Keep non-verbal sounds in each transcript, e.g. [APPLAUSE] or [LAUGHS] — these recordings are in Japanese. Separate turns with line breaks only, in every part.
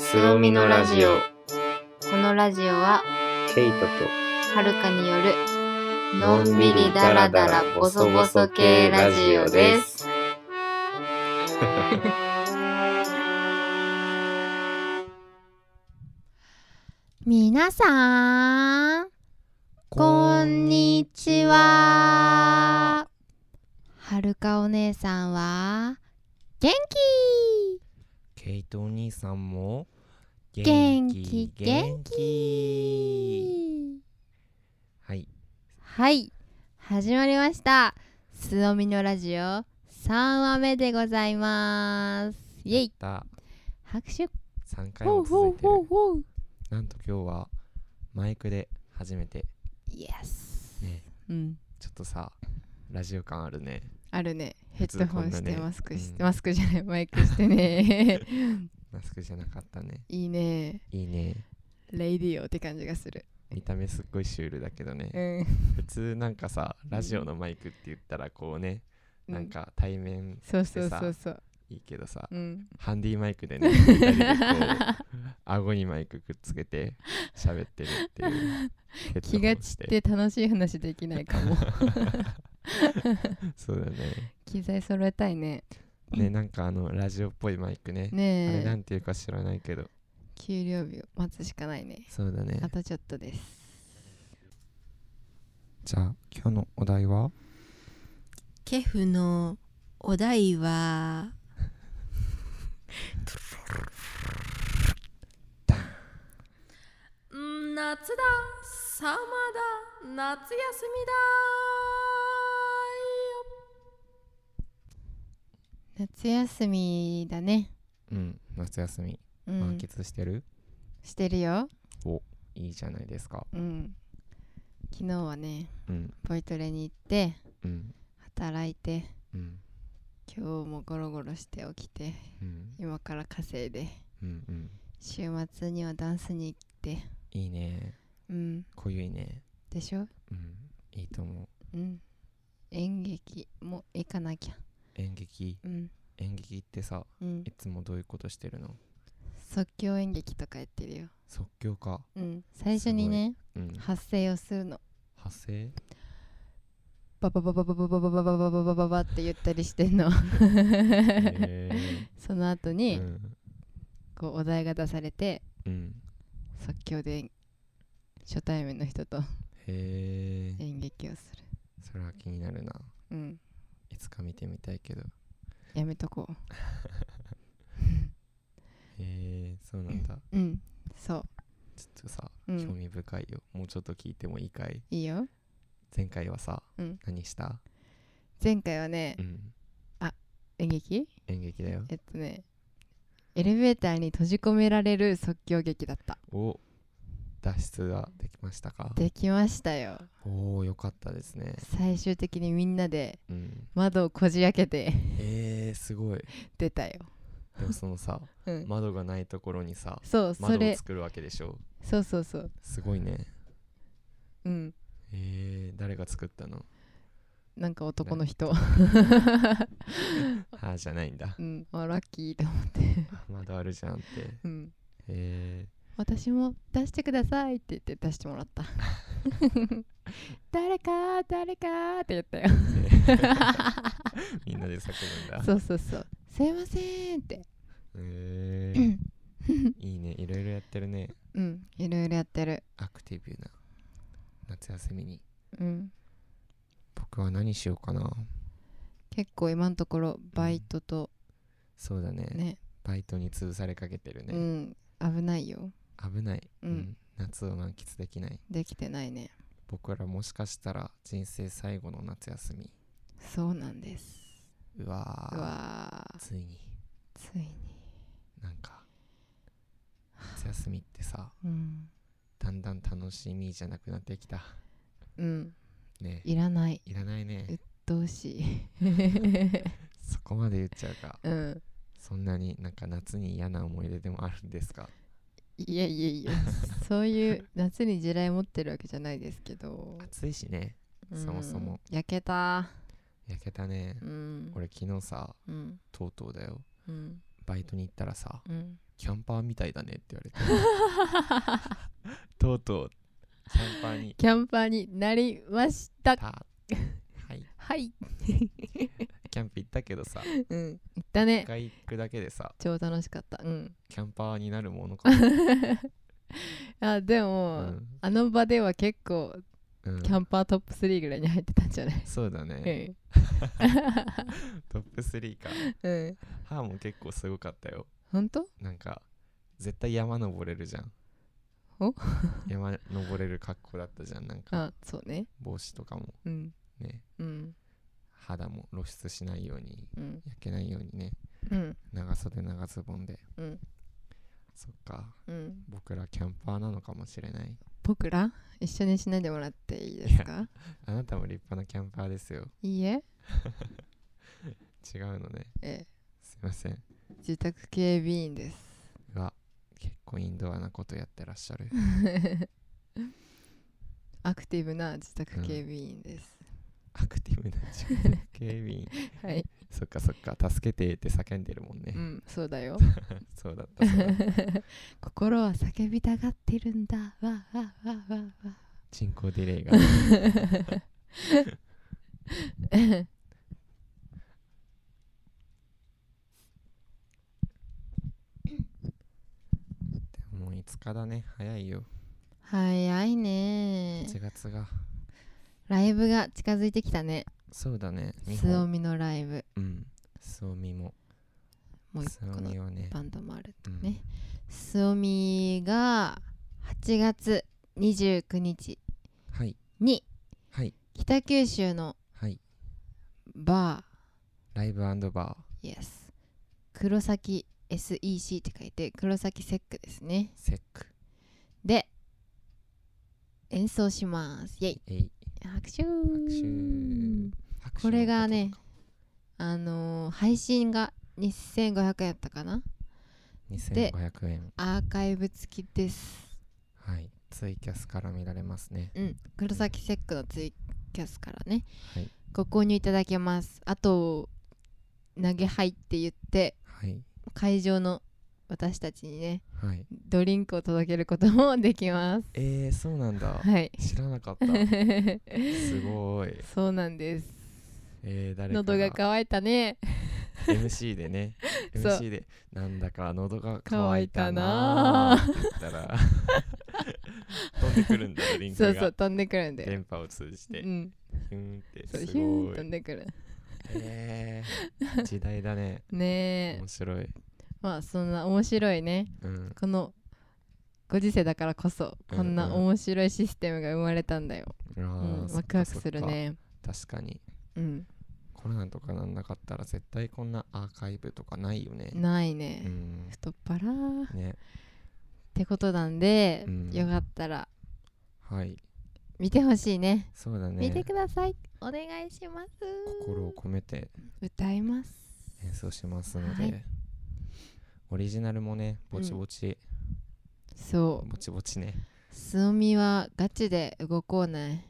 すごみのラジオ
このラジオは
ケイトと
はるかによるのんびりだらだらボソボソ系ラジオです。
[LAUGHS] 皆さんこんにちははるかお姉さんは元
ケイトお兄さんも
気元気
元気
気
はい
はい始まりましたすのみのラジオ3話目でございますイェイ
だ
拍手
3回
ほ
も
うほ
続
う
いて
ほう
る
ほう
なんと今日はマイクで初めて
イエス
ね
うん、
ちょっとさラジオ感あるね
あるね。ヘッドホンし
普通
て
こんなね
マスクして、
うん
マスクじゃないマイクしてね。
マスクじゃなかったね
いいね。
いいね
レイディオって感じがする。
見た目すっごいシュールだけどね
うん。
普通なんかさラジオのマイクって言ったらこうねなんか対面
そうそうそうそう。
いいけどさ
うん。
ハンディマイク
[LAUGHS]
でね二人でこう顎にマイクくっつけて喋ってるっていうヘッドホ
気
ン
が
し
散って楽しい話できないか
[LAUGHS]
も。
そうだね。
機材揃えたいね。
ね、なんかあのラジオっぽいマイクね。あれ
ね
な
え。
んていうか知らないけど。
給料日を待つしかないね。
そうだね
あ。とちょっとです。
じゃあ今日のお題は
ケフのお題は
ん夏だサマーだ夏休みだ
夏休みだね。
うん、夏休み
う
満
ん。
喫してる、
してるよ。
いいじゃないですか。
うん。昨日はね、
うん、
ボイトレに行って、
うん、
働いて、
うん、
今日もゴロゴロして起きて、
うん、
今から稼いで、
うん、うん。
週末にはダンスに行って、
いいね。
うん。
濃ゆいね。
でしょ
うん、いいと思う。
うん。演劇も行かなきゃ。
演劇、
うん。
演劇ってさ、
うん
い。つもどういうことしてるの
即興演劇とかやってるよ。
即興か。
うん。最初にね、
うん、
発声をするの。
発声
バババババババババババババババって言ったりしてん
へ
の [LAUGHS] その後
え
に
うん、
こうお題が出されて
うん。
即興で初対面の人と
へえ。
演劇をする
それは気になるな。
うん
いつか見てみたいけど。
やめとこ
へえそうなんだ
ううんそう
ちょっとさ、
うん
興味深いよもうちょっと聞いてもいいかい
いいよ
前回はさ、
うん
何した、
前回はね
うん、
演劇
演劇だよ
えっとねエレベーターに閉じ込められる即興劇だった
お脱出ができましたか
できましたよ
おおよかったですね、
最終的にみんなで
うん、
窓をこじ開けて [LAUGHS]
えー、すごい
出たよ
でもその
[LAUGHS]
さ
うん
窓がないところにさ
そうそ
窓を
れ
作るわけでしょ
そうそうそう
すごいね
うん
えー、誰が作ったの
なんか男の人
ああじゃないんだ
うん、あラッキーと思って、
あ [LAUGHS] 窓あるじゃんって
うん、
え
私も出してくださいって言って出してもらった
[LAUGHS]
誰かー誰かーって言っ
[LAUGHS]
たよ
ー、みんなで叫ぶんだ
そうそうそうすいませんって
えー、いいねいろいろやってるね
うんいろいろやってる
アクティブな夏休みに
うん
僕は何しようかな
結構今のところバイトと
そうだね
ね
バイトに潰されかけてるね、
うん危ないよ
危ない、
うん
夏を満喫できない
できてないね
僕らもしかしたら人生最後の夏休み
そうなんです
うわー
うわー
ついに
ついに
なんか夏休みってさ
うん、
だんだん楽しみじゃなくなってきた
うん、
ね
いらない
いらないね
どうし [LAUGHS]
そこまで言っちゃうか
うん
そんなになんか夏に嫌な思い出でもあるんですか
いやいやいやそういう夏に地雷持ってるわけじゃないですけど、
暑いしね
う
[LAUGHS]
ん
そもそも
焼けた
焼けたね
うん
俺昨日さ
うん
とうとうだよ
うん
バイトに行ったらさ
うん
キャンパーみたいだねって言われ
[LAUGHS]
てとうとうキャンパーに
キャンパーになりました
たはい
はい、
キャンプ行ったけどさ
うん、行ったね
一回行くだけでさ
超楽しかったうん
キャンパーになるものかな、
あで
う
も、
ん
あの場では結構
うん
キャンパートップ3ぐらいに入ってたんじゃない、
そうだね、トップ3か
うん、うん、
歯も結構すごかったよ
本当
なんか絶対山登れるじゃん
お [LAUGHS]
山登れる格好だったじゃんなんか
あそうね
帽子とかも
うん
ね
うん
肌も露出しないように
うん
焼けないようにね
うん
長袖長ズボンで
うん
そっか
うん
僕らキャンパーなのかもしれない
僕ら一緒にしないでもらっていいですか
あなたも立派なキャンパーですよ
いいえ
違うのね
え
すいません
え自宅警備員です
うわ結構インドアなことやってらっしゃ
[LAUGHS]
る
アクティブな自宅警備員です、
アクティブな自分の警備員
はい
そっかそっか助けてって叫んでるもんね、
うんそうだ [LAUGHS] よ
そうだったそうだった
心は叫びたがってるんだわわわわわ
人工ディレイがでももう5日だね早いよ
早いね
1月が
ライブが近づいてきたね
そうだね日
スオ
本
ミのライブ
うんスオミも
もう一
スオ
個の
ミをね
バンドもある
うん
ねスオミが8月29日
はい
に
はい
北九州の
はい
バ
ライブバー
ー Yes 黒崎 SEC って書いて黒崎セックですね
セック
で演奏しますイェイ
えい
拍
拍手
手
拍手
これがね
のこと
あのー配信が2500円やったかなで
か2500円
アーカイブ付きです
はいツイキャスから見られますね
うん黒崎セックのツイキャスからね、
はい
ご購入いただけますあと投げ入って言って
はい
会場の私たちにね
はい
ドリンクを届けることもできます
えー、そうなんだ
はい [LAUGHS]
知らなかったすごい
そうなんです
えー、誰か
喉が渇いたね
MC でね
[LAUGHS] そう
MC でなんだか喉が渇いたなーって言ったら
[LAUGHS]
飛んでくるんだよリンク
そ
が
うそう飛んでくるんだよ
電波を通じて
うん
ヒュンって
そう
す
ヒュー
ご
ン飛ん
い
でくる
えー、時代だね
[LAUGHS] ねえ
面白い、
まあそんな面白いね
うん、
このご時世だからこそこん
うん
な
うん
面白いシステムが生まれたんだよ、
あ
う
ー
ん、
そっ
ワク
か
ワク
そっか
するね
確かに
うん
コロナとかなんなかったら絶対こんなアーカイブとかないよね
ない
うん
ね、太っ腹っ
ね
てことなんで、
うん
よかったら
はい
見てほしいね
そうだ
見て
ね
くださいお願いします
心を込めて
歌います
演奏しますので、
はい
オリジナルもねぼちぼち、
そ
ぼちぼちね [LAUGHS]
うすおみはガチで動こうね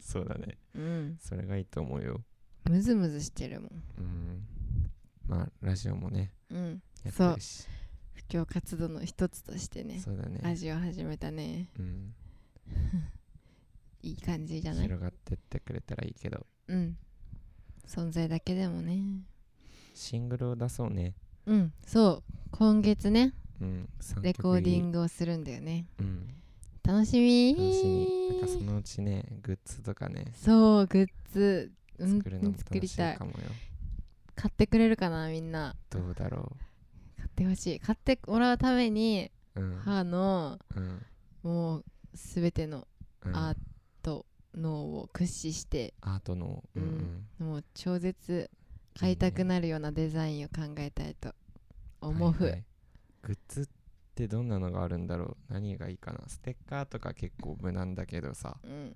そうだね
うん
それがいいと思うよ
ムズムズしてるもん
うんまあラジオもね
うん
やってるし
布教活動の一つとしてね
そうだ
ラ
ね、
ジオ始めたね
うん、
いい感じじゃない
広がってってくれたらいいけど
うん存在だけでもね
シングルを出そうね
うんそう今月ね
うん3曲入り
レコーディングをするんだよね
うん
楽しみ
楽しみなんかそのうちねグッズとかね
そうグッズうん
作るのも
作
楽
り
しい
たい
かもよ
買ってくれるかなみんな
どうだろ
買ってほしい買ってもらうために
ううん
母の
うん
もうすべての
うん
アート脳を駆使して
アートのうんう
うん
ん
もう超絶買いたくなるようなデザインを考えたいと思う、
はいはいグッズってどんなのがあるんだろう何がいいかなステッカーとか結構無難だけどさ
うん、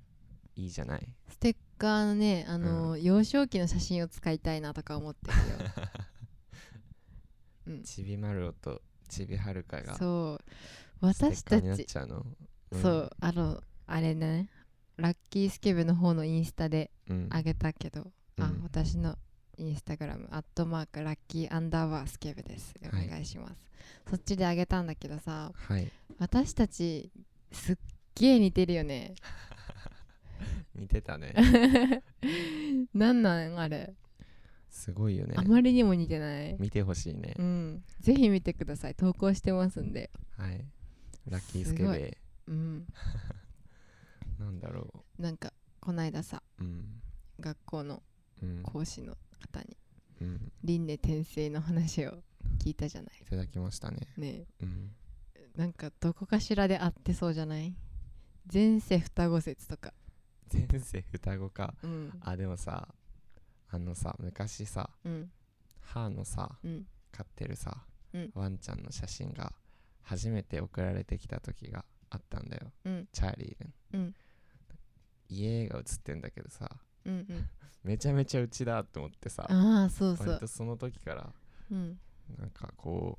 いいじゃない
ステッカーのねあの、幼少期の写真を使いたいなとか思ってる
[LAUGHS]
ようん
ちびまるおとちびはるかが
そう
ステ
私
ッカー
た
になっ
ち
ちゃうの
そうあのあれねラッキースケベの方のインスタで
うん、うん
あげたけど、
う
あ
ん
私のインスタグラムアットマークラッキーアンダーバースケブですお
はい
願いします、そっちであげたんだけどさ
はい
私たちすっげえ似てるよね
似てたね
[LAUGHS] なんなんあれ
すごいよね
あまりにも似てない
見てほしいね
う、んぜひ見てください投稿してますんで
はいラッキースケ
すご
ベ
うん
なんだろ
なんかこないださ
ううん
学校の
うん
講師の方に
うん
輪廻転生の話を聞いたじゃない
いただきましたね
ね
うん
えなんかどこかしらで合ってそうじゃない前世双子説とか
前世双子か
うん
あでもさあのさ昔さ
うん
歯のさ
うん
飼ってるさ、
うん
ワンちゃんの写真が初めて送られてきた時があったんだよ、
うん
チャーリー
う
の、
ん
家が写ってんだけどさ
うんうん
めちゃめちゃうちだと思ってさ
ああそうそ
割
う
とその時から
うん
なんかこ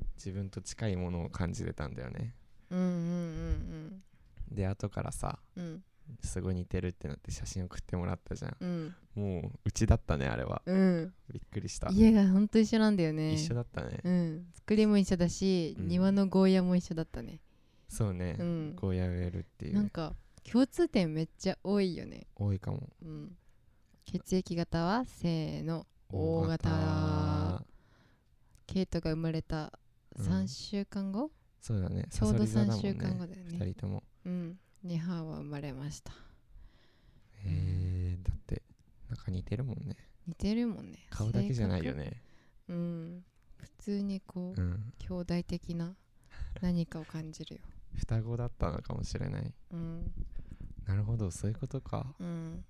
う自分と近いものを感じてたんだよね
うんうんうん
で後からさ
うんうん
すごい似てるってなって写真送ってもらったじゃん
うん
もううちだったねあれは
うん
びっくりした、
家がほんと一緒なんだよね
一緒だったね、
うん作りも一緒だし、
うん
庭のゴーヤも一緒だったね
そうね、
うん
こうやめるってい
な
うん
か共通点めっちゃ多いよね
多いかも
うん血液型はせーの O 型ケイトが生まれた
うん
3週間後、
そうだね。
ちょうど
サソリ座だ
3
もん
週間後
ね。
だよね
二人とも。
うんニハーは生まれました
へえだってなんか似てるもんね。
似てるもんね
顔だけじゃないよね。
性格うん普通にこう、
うん。
兄弟的な何かを感じるよ
双子だったのかもしれない。
うん
なるほどそういうことか。
うん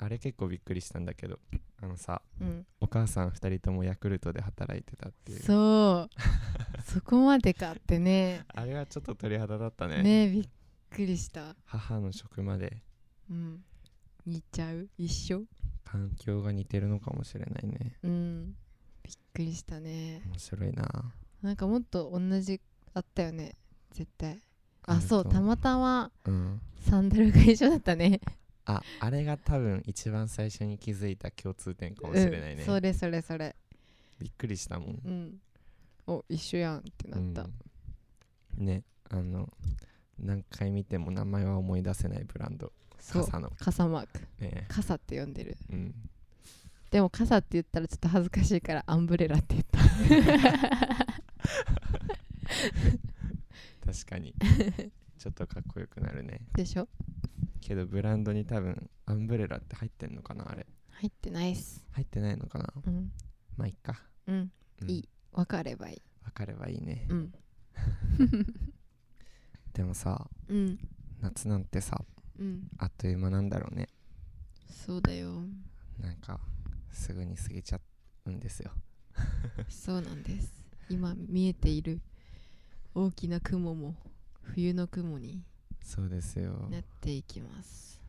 あれ結構びっくりしたんだけど、あのさ
うん
お母さん二人ともヤクルトで働いてたっていう。
そう
[LAUGHS]
そこまでかってね
あれはちょっと鳥肌だったね。
ねびっくりした
母の職まで
うん似ちゃう一緒
環境が似てるのかもしれないね。
うんびっくりしたね
面白いな。
なんかもっと同じあったよね絶対
あ
あ
ると
そうたまたま
うん。
サンダルが一緒だったね
ああれが多分一番最初に気づいた共通点かもしれないね、
うん、それそれそれ
びっくりしたもん、
うんお一緒やんってなった、
うんねあの何回見ても名前は思い出せないブランド
そう
傘の
傘マーク
ね
傘って呼んでる
うん
でも傘って言ったらちょっと恥ずかしいからアンブレラって言った [LAUGHS]
確か
[LAUGHS]
にちょっとかっこよくなるね
でしょ
けどブランドに多分アンブレラって入ってんのかなあれ
入ってないっす
入ってないのかな
うん
まあいっか、
うん
うん
いい分かればいい
わかればいいね
うん
でもさ
うん
夏なんてさ
うん
あっという間なんだろうね
そうだよ
なんかすぐに過ぎちゃうんですよ
そうなんです今見えている大きな雲も冬の雲に
そうですよ、
なっていきます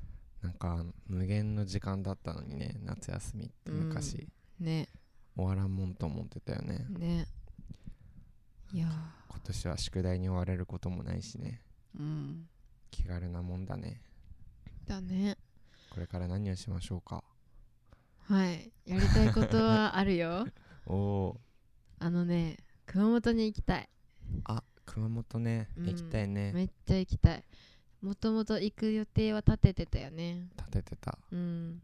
なんか無限の時間だったのにね夏休みって昔、
ね
終わらんもんと思ってたよね
ねいや
今年は宿題に追われることもないしね
ーうん
気軽なもんだね
だね
これから何をしましょうか
はいやりたいことはあるよ
おお
あのね熊本に行きたい
あ熊本ね、
うん
行きたいね
めっちゃ行きたいもともと行く予定は立ててたよね
立ててた
うん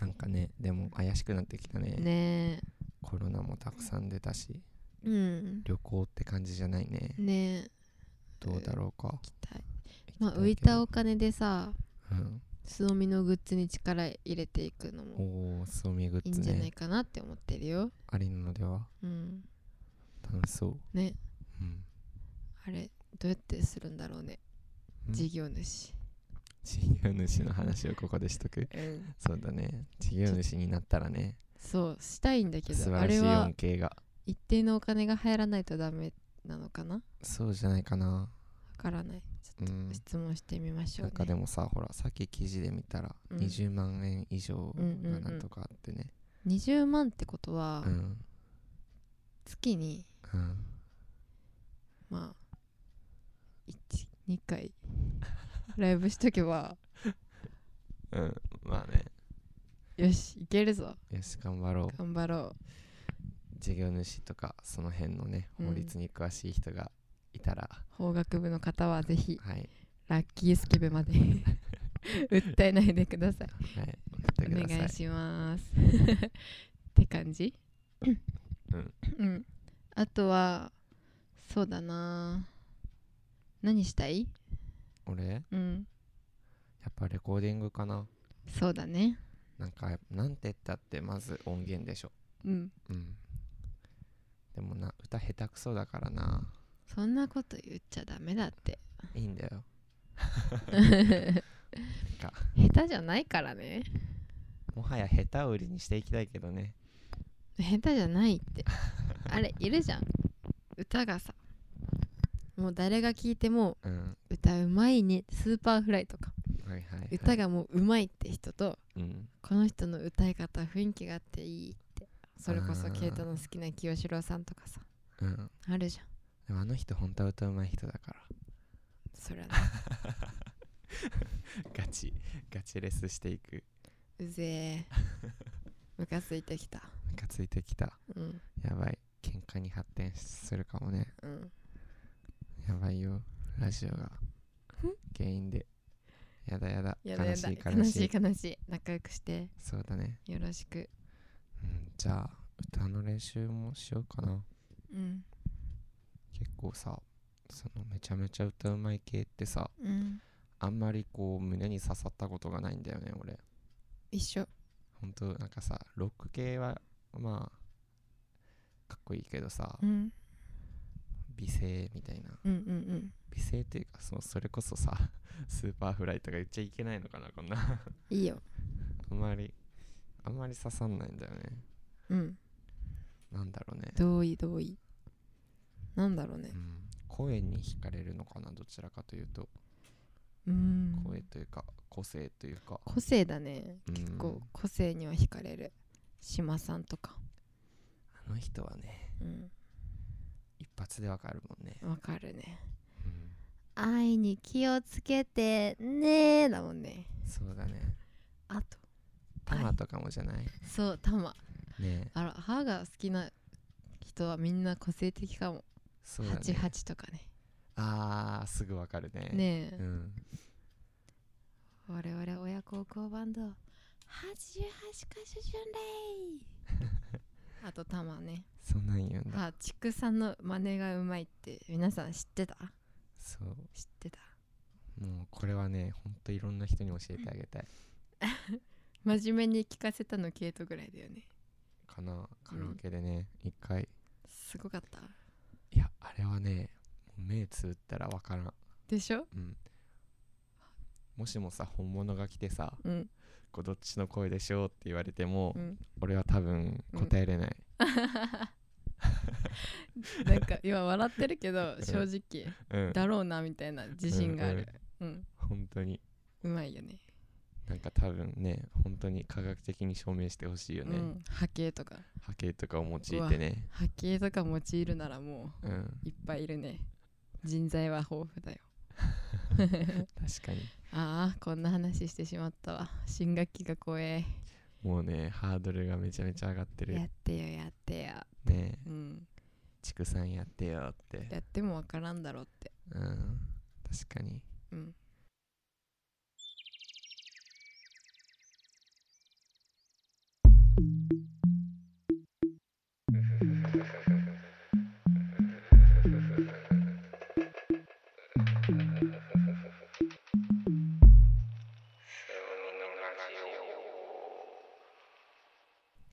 なんかねでも怪しくなってきたね
ね
コロナもたくさん出たし
えうん
旅行って感じじゃないね
ねえ
どうだろうか
行きたいまあ
行
浮い
きけど
たお金でさ
うん
つのみのグッズに力入れていくのも
おおそうみグ
い
ッ
いん
ズ
じゃない
ね
かなって思ってるよ
ありなのでは
うん
楽しそう
ね
うん
あれどうやってするんだろうね
うん
事業主
事業主の話をここでしとく
うん
そうだね事業主になったらね
そうしたいんだけ
素晴
ど
ら
あ
しい
れは
4K が
一定のお金が入らないとダメなのかなわ
そうじゃないかな
からない
う
ちょっ
ん
と質問してみましょ
な
うん
か
ね
でもさほらさっき記事で見たら
うん
20万円以上
うんうんう
が
ん
なんとかあってね
20万ってことは
うん
月に
うん
まあ12回
[LAUGHS]
ライブしとけば
うんまあね
よしいけるぞ
よし頑張ろう
頑張ろ
事業主とかその辺のね
うん
法律に詳しい人がいたら、
う法学部の方はぜひ
はい
ラッキースケ
[LAUGHS]
ベまで訴えないでください
はい送って
お
くださ
願い
い
します [LAUGHS] って感じ
うん
うんあとはそうだな何したい
俺や
うん
っぱレコーディングかな
そうだね
なんかなんて言ったってまず音源でしょ
うん
うんでもな歌下手くそだからな
そんなこと言っちゃダメだって
いいんだよ
下手じゃないからね
もはや下手を売りにしていきたいけどね
下手じゃないってあれいるじゃん歌がさもう誰が聴いても
うん
歌うまいねスーパーフライとか
はいはい、はい、
歌がもううまいって人と
うん
この人の歌い方雰囲気があっていいってそれこそ
あー
ケイトの好きな清志郎さんとかさ
うん
あるじゃん
でもあの人本当は歌うまい人だから
それはね
ガチガチレスしていく
うぜえムカついてきた
ムカついてきた
うん
やばい喧嘩に発展するかもね
うん
やばいよラジオが原因でやだやだ
やだやだ
悲しい
悲
悲しい
しい悲しい仲良くして
そうだね、
よろしく
うん、じゃあ歌の練習もしようかな
うん
結構さそのめちゃめちゃ歌うまい系ってさ
うん
あんまりこう胸に刺さったことがないんだよね俺
一緒
ほんとなんかさロック系はまあかっこいいけどさ
うん
美声みたいな
うんうん
美声っていうかそのそれこそさ [LAUGHS] スーパーフライとか言っちゃいけないのかなこんな
うんいいよ
あんまりあんまり刺さんないんだよね
うん
なんだろうね、
同意同意なんだろうね
うん、声に惹かれるのかなどちらかというと
うん
声というか個性というか
個性だね
うん
結構個性には惹かれる島さんとか
あの人はね
うん
一発でわかるもんね、
わかるね
うん、
愛に気をつけてねーだもんね
そうだね
あと
タ
は
マ
い
とかもじゃない、
そうタマ
ね
あら歯が好きな人はみんな個性的かも、
そうだ
八
ね
88とかね
あーすぐわかるね
ねえ
う、ん
我々親孝行バンド88箇所巡礼 [LAUGHS] あとタマね
そんなん言うんだ
あ畜産の真似がうまいって皆さん知ってた
そう
知ってた
もうこれはねほんといろんな人に教えてあげたい
真面目に聞かせたのケイトぐらいだよね
かなカラオケでね一、回
すごかった
いやあれはね目つぶったらわからん、
でしょ
うん、もしもさ本物が来てさ
うん
こうどっちの声でしょうって言われても、
うん
俺は多分答えれない、
なんか今笑ってるけ [LAUGHS] ど正直
うん
だろうなみたいな自信があるうん
本当に
うまいよね
なんか多分ね本当に科学的に証明してほしいよ
う
ね、
ん波形とか
波形とかを用いてね
波形とか用いるならも
うん
ういっぱいいるね人材は豊富だよ
確かに
ああこんな話してしまったわ新学期が怖え
もうねハードルがめちゃめちゃ上がって
や
る
ってよやってよ
ね
うん
畜産やってよって
やってもわからんだろうって
うん確かに
うん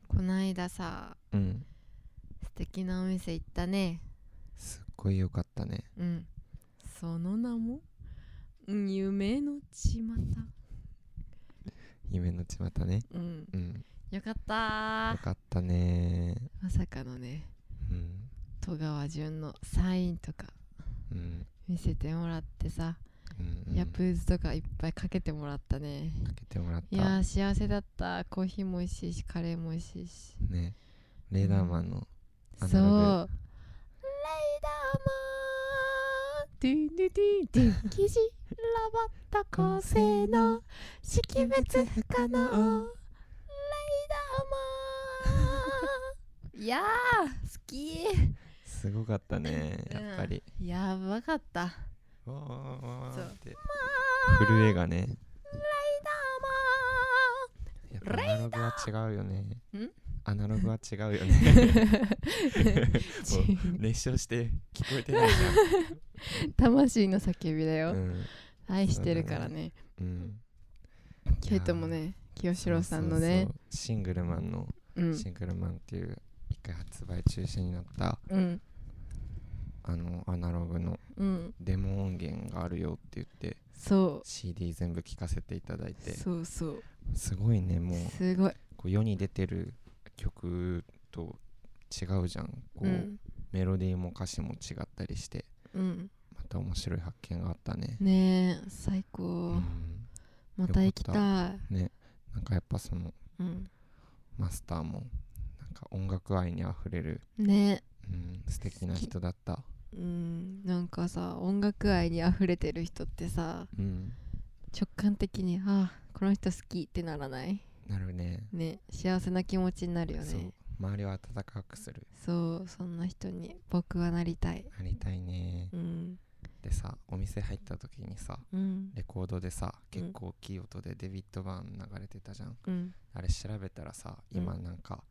こないださ
うん
素敵なお店行ったね
すっごい良かったね
うんその名もうん夢のちまた
夢の巷ね
うん
うん
よかった
良かったね
まさかのね
うん
戸川純のサインとか
うん
見せてもらってさ、
うんうん
ヤプーズとかいっぱいかけてもらったね
かけてもらっ
いや
た
ー幸せだったコーヒーも美味しいしカレーも美味しいし
ねレーダーマンの
そ
ア
う
ナログ
レイダーマンドゥンドゥドゥンドゥン [LAUGHS] キジラバった構成の識別不可能レイ [LAUGHS] いやー好き
すごかったねやっぱり、
やばかった
わーわーわー
そう
って震えがねやっぱアナログは違うよね
ん
アナログは違うよ
[LAUGHS]
ねもう
違
熱唱して聞こえてないじ
魂の叫びだ
ゃ
よ、
ん、うん
愛してるからね
うん、
ケイトもね清志郎さんの
そう
ね
そうそうシングルマンの
うん
シングルマンっていう一回発売中止になった
うん
あのアナログの
うん
デモ音源があるよって言って
そ
CD 全部聴かせていただいうて
そうそう
すごいねもう
すごい
こう世に出てる曲と違うじゃんこう、
うん
メロディーも歌詞も違ったりして
うん
また面白い発見があったね、
ねえ最高、
うん
また行き
よ
たい
なんかやっぱその
うん
マスターもなんか音楽愛にあふれる、
ね
うん、素敵な人だった、
うんなんかさ音楽愛に溢れてる人ってさ
うん、
直感的にあーこの人好きってならない
なるね
ね幸せな気持ちになるよ
そう
ね
周りを温かくする
そうそんな人に僕はなりたい
なりたいね
うん
でさお店入った時にさ
うん
レコードでさ
うん
結構大きい音でデビッド・バーン流れてたじゃん
うん
あれ調べたらさ
うん
今なんか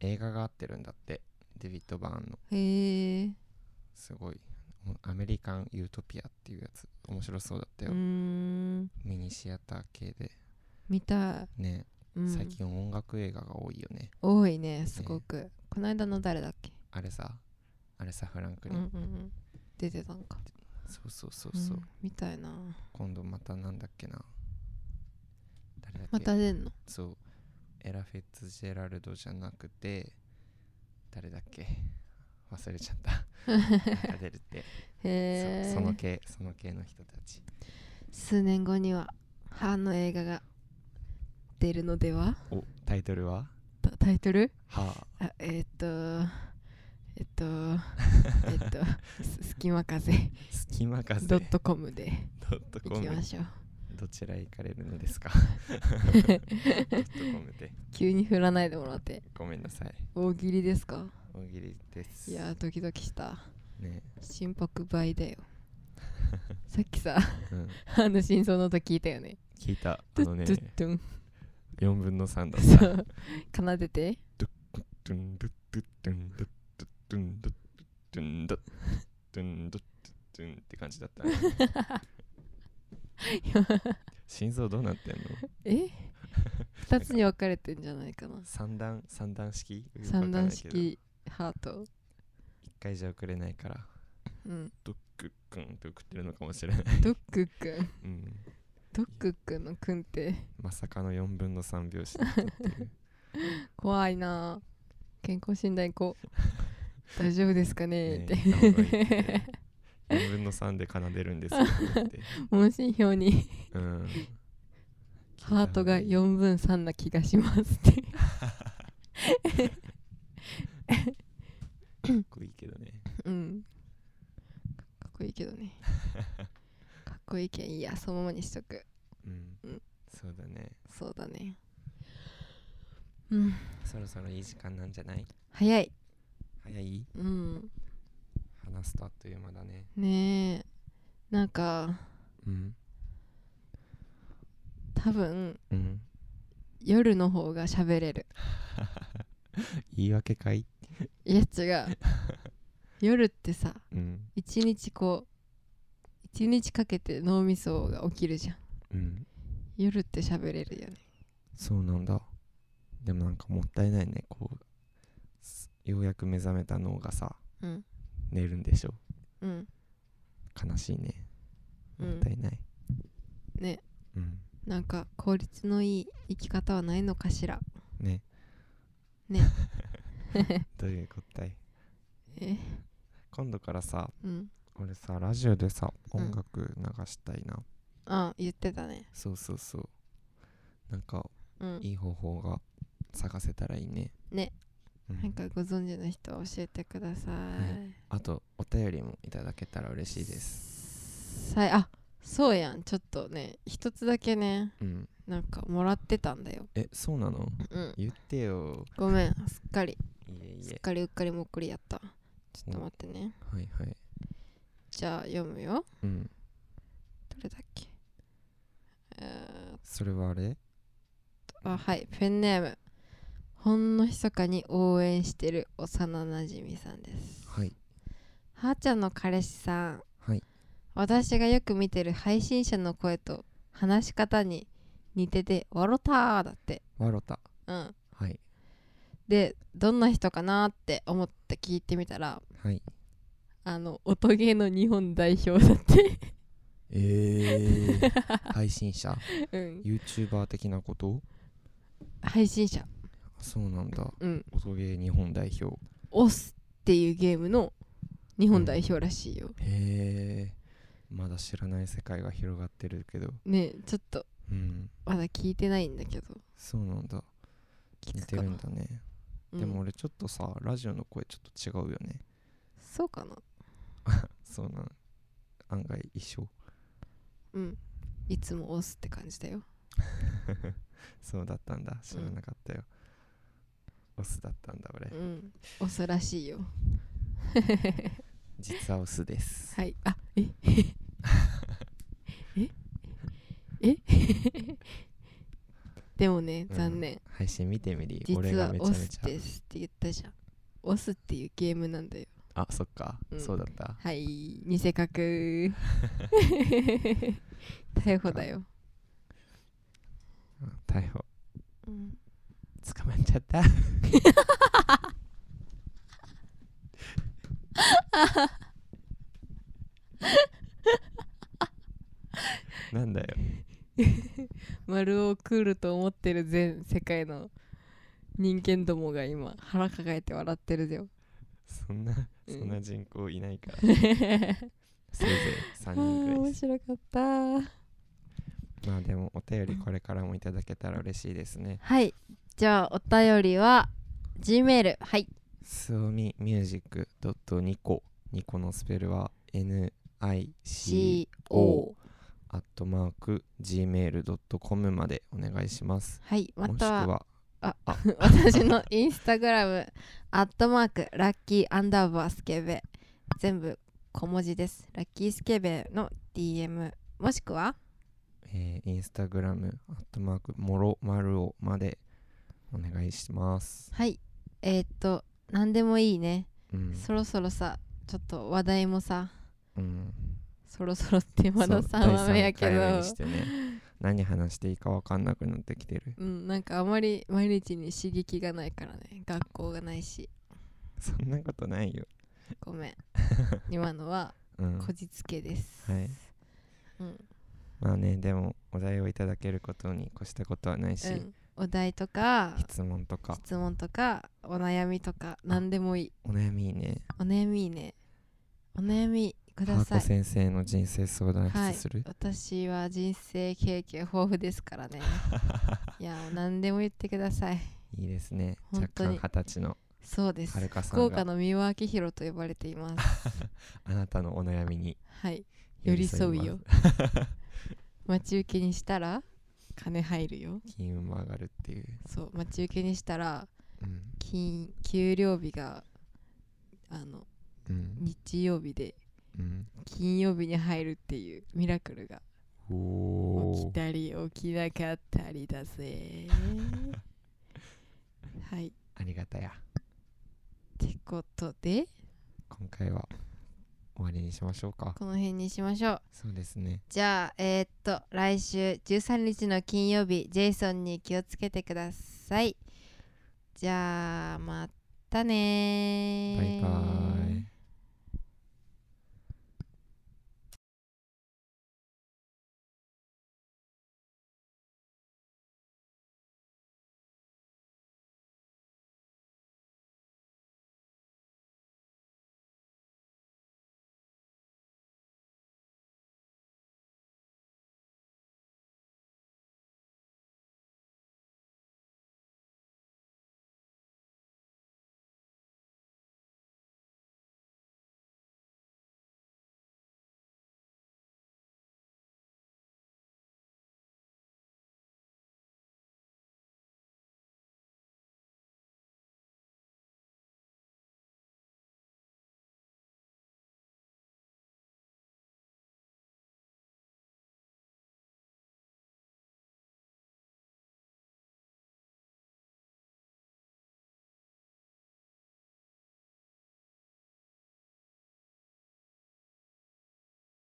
映画が合ってるんだってデビッド・バーンの
へえ
すごいおアメリカン・ユートピアっていうやつ面白そうだった
う
よ、
ーん
ミニシアター系で
見たい、
ね、
うん、
最近音楽映画が多いよね
多いねすごく、この間の誰だっけ
あれさあれさフランク
うん
リ
う
ン、
んうん出てたんか
そうそうそうそう、
んみたいな
今度またなんだっけな誰だっけ
また出んの
そうエラ・フェッツジェラルドじゃなくて誰だっけ忘れちゃったなんか出るって
[LAUGHS] へ
そ
え
その系その系の人たち
数年後には歯の映画が出るのでは
おタイトルは
タタイトル
はあ
あえーっとえっと [LAUGHS] えっとす隙間風
隙間風
ドットコムで
ドット
い
コ
き
ム
ましょう
どちらへ行かれるのですかドットコムで
急に振らないでもらって
ごめんなさい
大喜利ですか
大喜利です
いやードキドキした
ね
心拍
[LAUGHS]
倍だよさっきさ
うん
あの真相の音聞いたよね
聞いたあ
ド
の
ゥ
ね
ッドゥッドゥン
4分の3だっ
そ
た
う奏でて
ドゥンドゥッドゥッドゥンドゥッドゥッドゥンドゥッドゥンドゥッドゥンドゥッドゥンって感じだったね心臓どうなってんの
え二つに分かれてんじゃな
[LAUGHS]
いかな
三段三段式よくわか
三
んない
段
けど
式ハート
一回じゃ送れないから
うん
ドックックンって送ってるのかもしれない、
ドックくん
うん、
ドックくんのくんって
まさかの4分の3拍子だったっていう
怖いなあ健康診断行こう大丈夫ですかね
ねえ
って
行った方がいいって4分の3で奏でるんですよって、
問診票に
うん、
ハートが4分3な気がしますって
かっこいいけどね
うんかっこいいけどねかっこいいけんいやそのままにしとく
うん、
うん
そうだね
そうだねうん
そろそろいい時間なんじゃない
早い
早い
うん
話すとあっという間だね
ねえなんか
うん
多分
うん
夜の方が喋れる
言い訳かい
いや違う夜ってさ
うん
一日こう一日かけて脳みそが起きるじゃん
うん
夜って喋れるよね
そうなんだでもなんかもったいないねこうすようやく目覚めた脳がさ
うん
寝るんでしょ
うん
悲しいね
う
も
ん
ったいない
ね
うん、
なんか効率のいい生き方はないのかしら
ね
ね
[LAUGHS] どういう答え
え
今度からさ
うん
俺さラジオでさ
うん
音楽流したいな、
あ言ってたね
そうそうそうなんか
うん
いい方法が探せたらいいね
ね、
うん
なんかご存知の人は教えてください
あとお便りもいただけたら嬉しいです
さいあそうやんちょっとね一つだけね
うん
なんかもらってたんだよ
えそうなの
うん
言ってよ
ごめんすっかり
いいえい
すっ
え
かりうっかりもっくりだったちょっと待ってね
はいはい
じゃあ読むよ
うん
どれだっけえーっ
それはあれ
とあはいペンネームほんのひそかに応援してる幼なじみさんです
はい
はーちゃんの彼氏さん
はい
私がよく見てる配信者の声と話し方に似てて「わろたー」だって
わろた
うん
はい
でどんな人かなーって思って聞いてみたら
はい
あの音ゲーの日本代表だって
え
[LAUGHS]
え配信者
うん
YouTuber 的なこと
配信者
そうなんだ
うん
音ゲー日本代表
「オス」っていうゲームの日本代表らしいよ、
へえまだ知らない世界が広がってるけど
ねえちょっと
うん
まだ聞いてないんだけど
そうなんだ
聞
似
くか
てるんだね、
うん
でも俺ちょっとさラジオの声ちょっと違うよね
そうかな
そうなん案外一緒
うんいつも「オス」って感じだよ
そうだったんだ知らなかったよ、オスだったんだ俺、
うんオスらしいよ
実はオスです
はいあえ [LAUGHS] ええ [LAUGHS] でもね
うん
残念、
配信見てみり俺
実
が
は
めちゃ
オ
め
ス
ちゃ
ですって言ったじゃんオスっていうゲームなんだよ
あそっか、
うん
そうだった
はい偽
[LAUGHS]
格逮捕だよ、
うん逮捕
[LAUGHS] うん、
捕まっちゃった
[LAUGHS]
なんだよ
丸を食ると思ってる全世界の人間どもが今腹抱えて笑ってるぜよ
そんな
うん
そんな人口いない
[LAUGHS]
から、
あー
せいぜい3人ぐらい
面
です
白かった
まあでもお便りこれからもいただけたら嬉しいですね
はいじゃあお便りは G メールはい
すおみミュージックドットニコニコのスペルは NICO アットマーク Gmail.com までお願いします
はいま
もしたく
は
は
あ
あ
私のインスタグラムアットマークラッキーアンダーバースケベ全部小文字ですラッキースケベの DM もしくは
えーインスタグラム、アットマーク、もろまるおまでお願いします。
はいえー、っと何でもいいね、
うん。
そろそろさちょっと話題もさ
うん、
そろそろってまだ
そう
3話目やけ
第三回目
ど
にしてね、何話していいか分かんなくなってきてる。 [LAUGHS]
うんなんかあまり毎日に刺激がないからね学校がないし
そんなことないよ。
ご
[LAUGHS]
めん今のは
うん。
こじつけです、
はい。
うん
まあね、でも、お題をいただけることに越したことはないし、
うん、お題とか
質問とか、
質問とかお悩みとか何でもいい
お悩みいいね、
お悩みいいねお悩みく
ハ
だ
ーコ
さい
先生の人生相談
はい
室する、
私は人生経験豊富ですか
[LAUGHS]
らねいや何でも言ってください
い、いですね。
本
若
当に
干二十歳の
そうです
はるかさ
福
ん
岡
が
の三輪明宏と呼ばれています
あなたのお悩みに
はい寄り添う
ます
よ待ち受けにしたら金入るよ
金運も上がるっていう、
そう待ち受けにしたら
うん
金給料日があの
うん
日曜日で
うん、
金曜日に入るっていうミラクルが
お
起き
お
たり起きなかったりだぜはい
ありがたや
ってことで
今回は終わりにしましょうか
この辺にしましょう
そうですね
じゃあえーっと来週13日の金曜日ジェイソンに気をつけてくださいじゃあまたね
バ
ー
イバーイ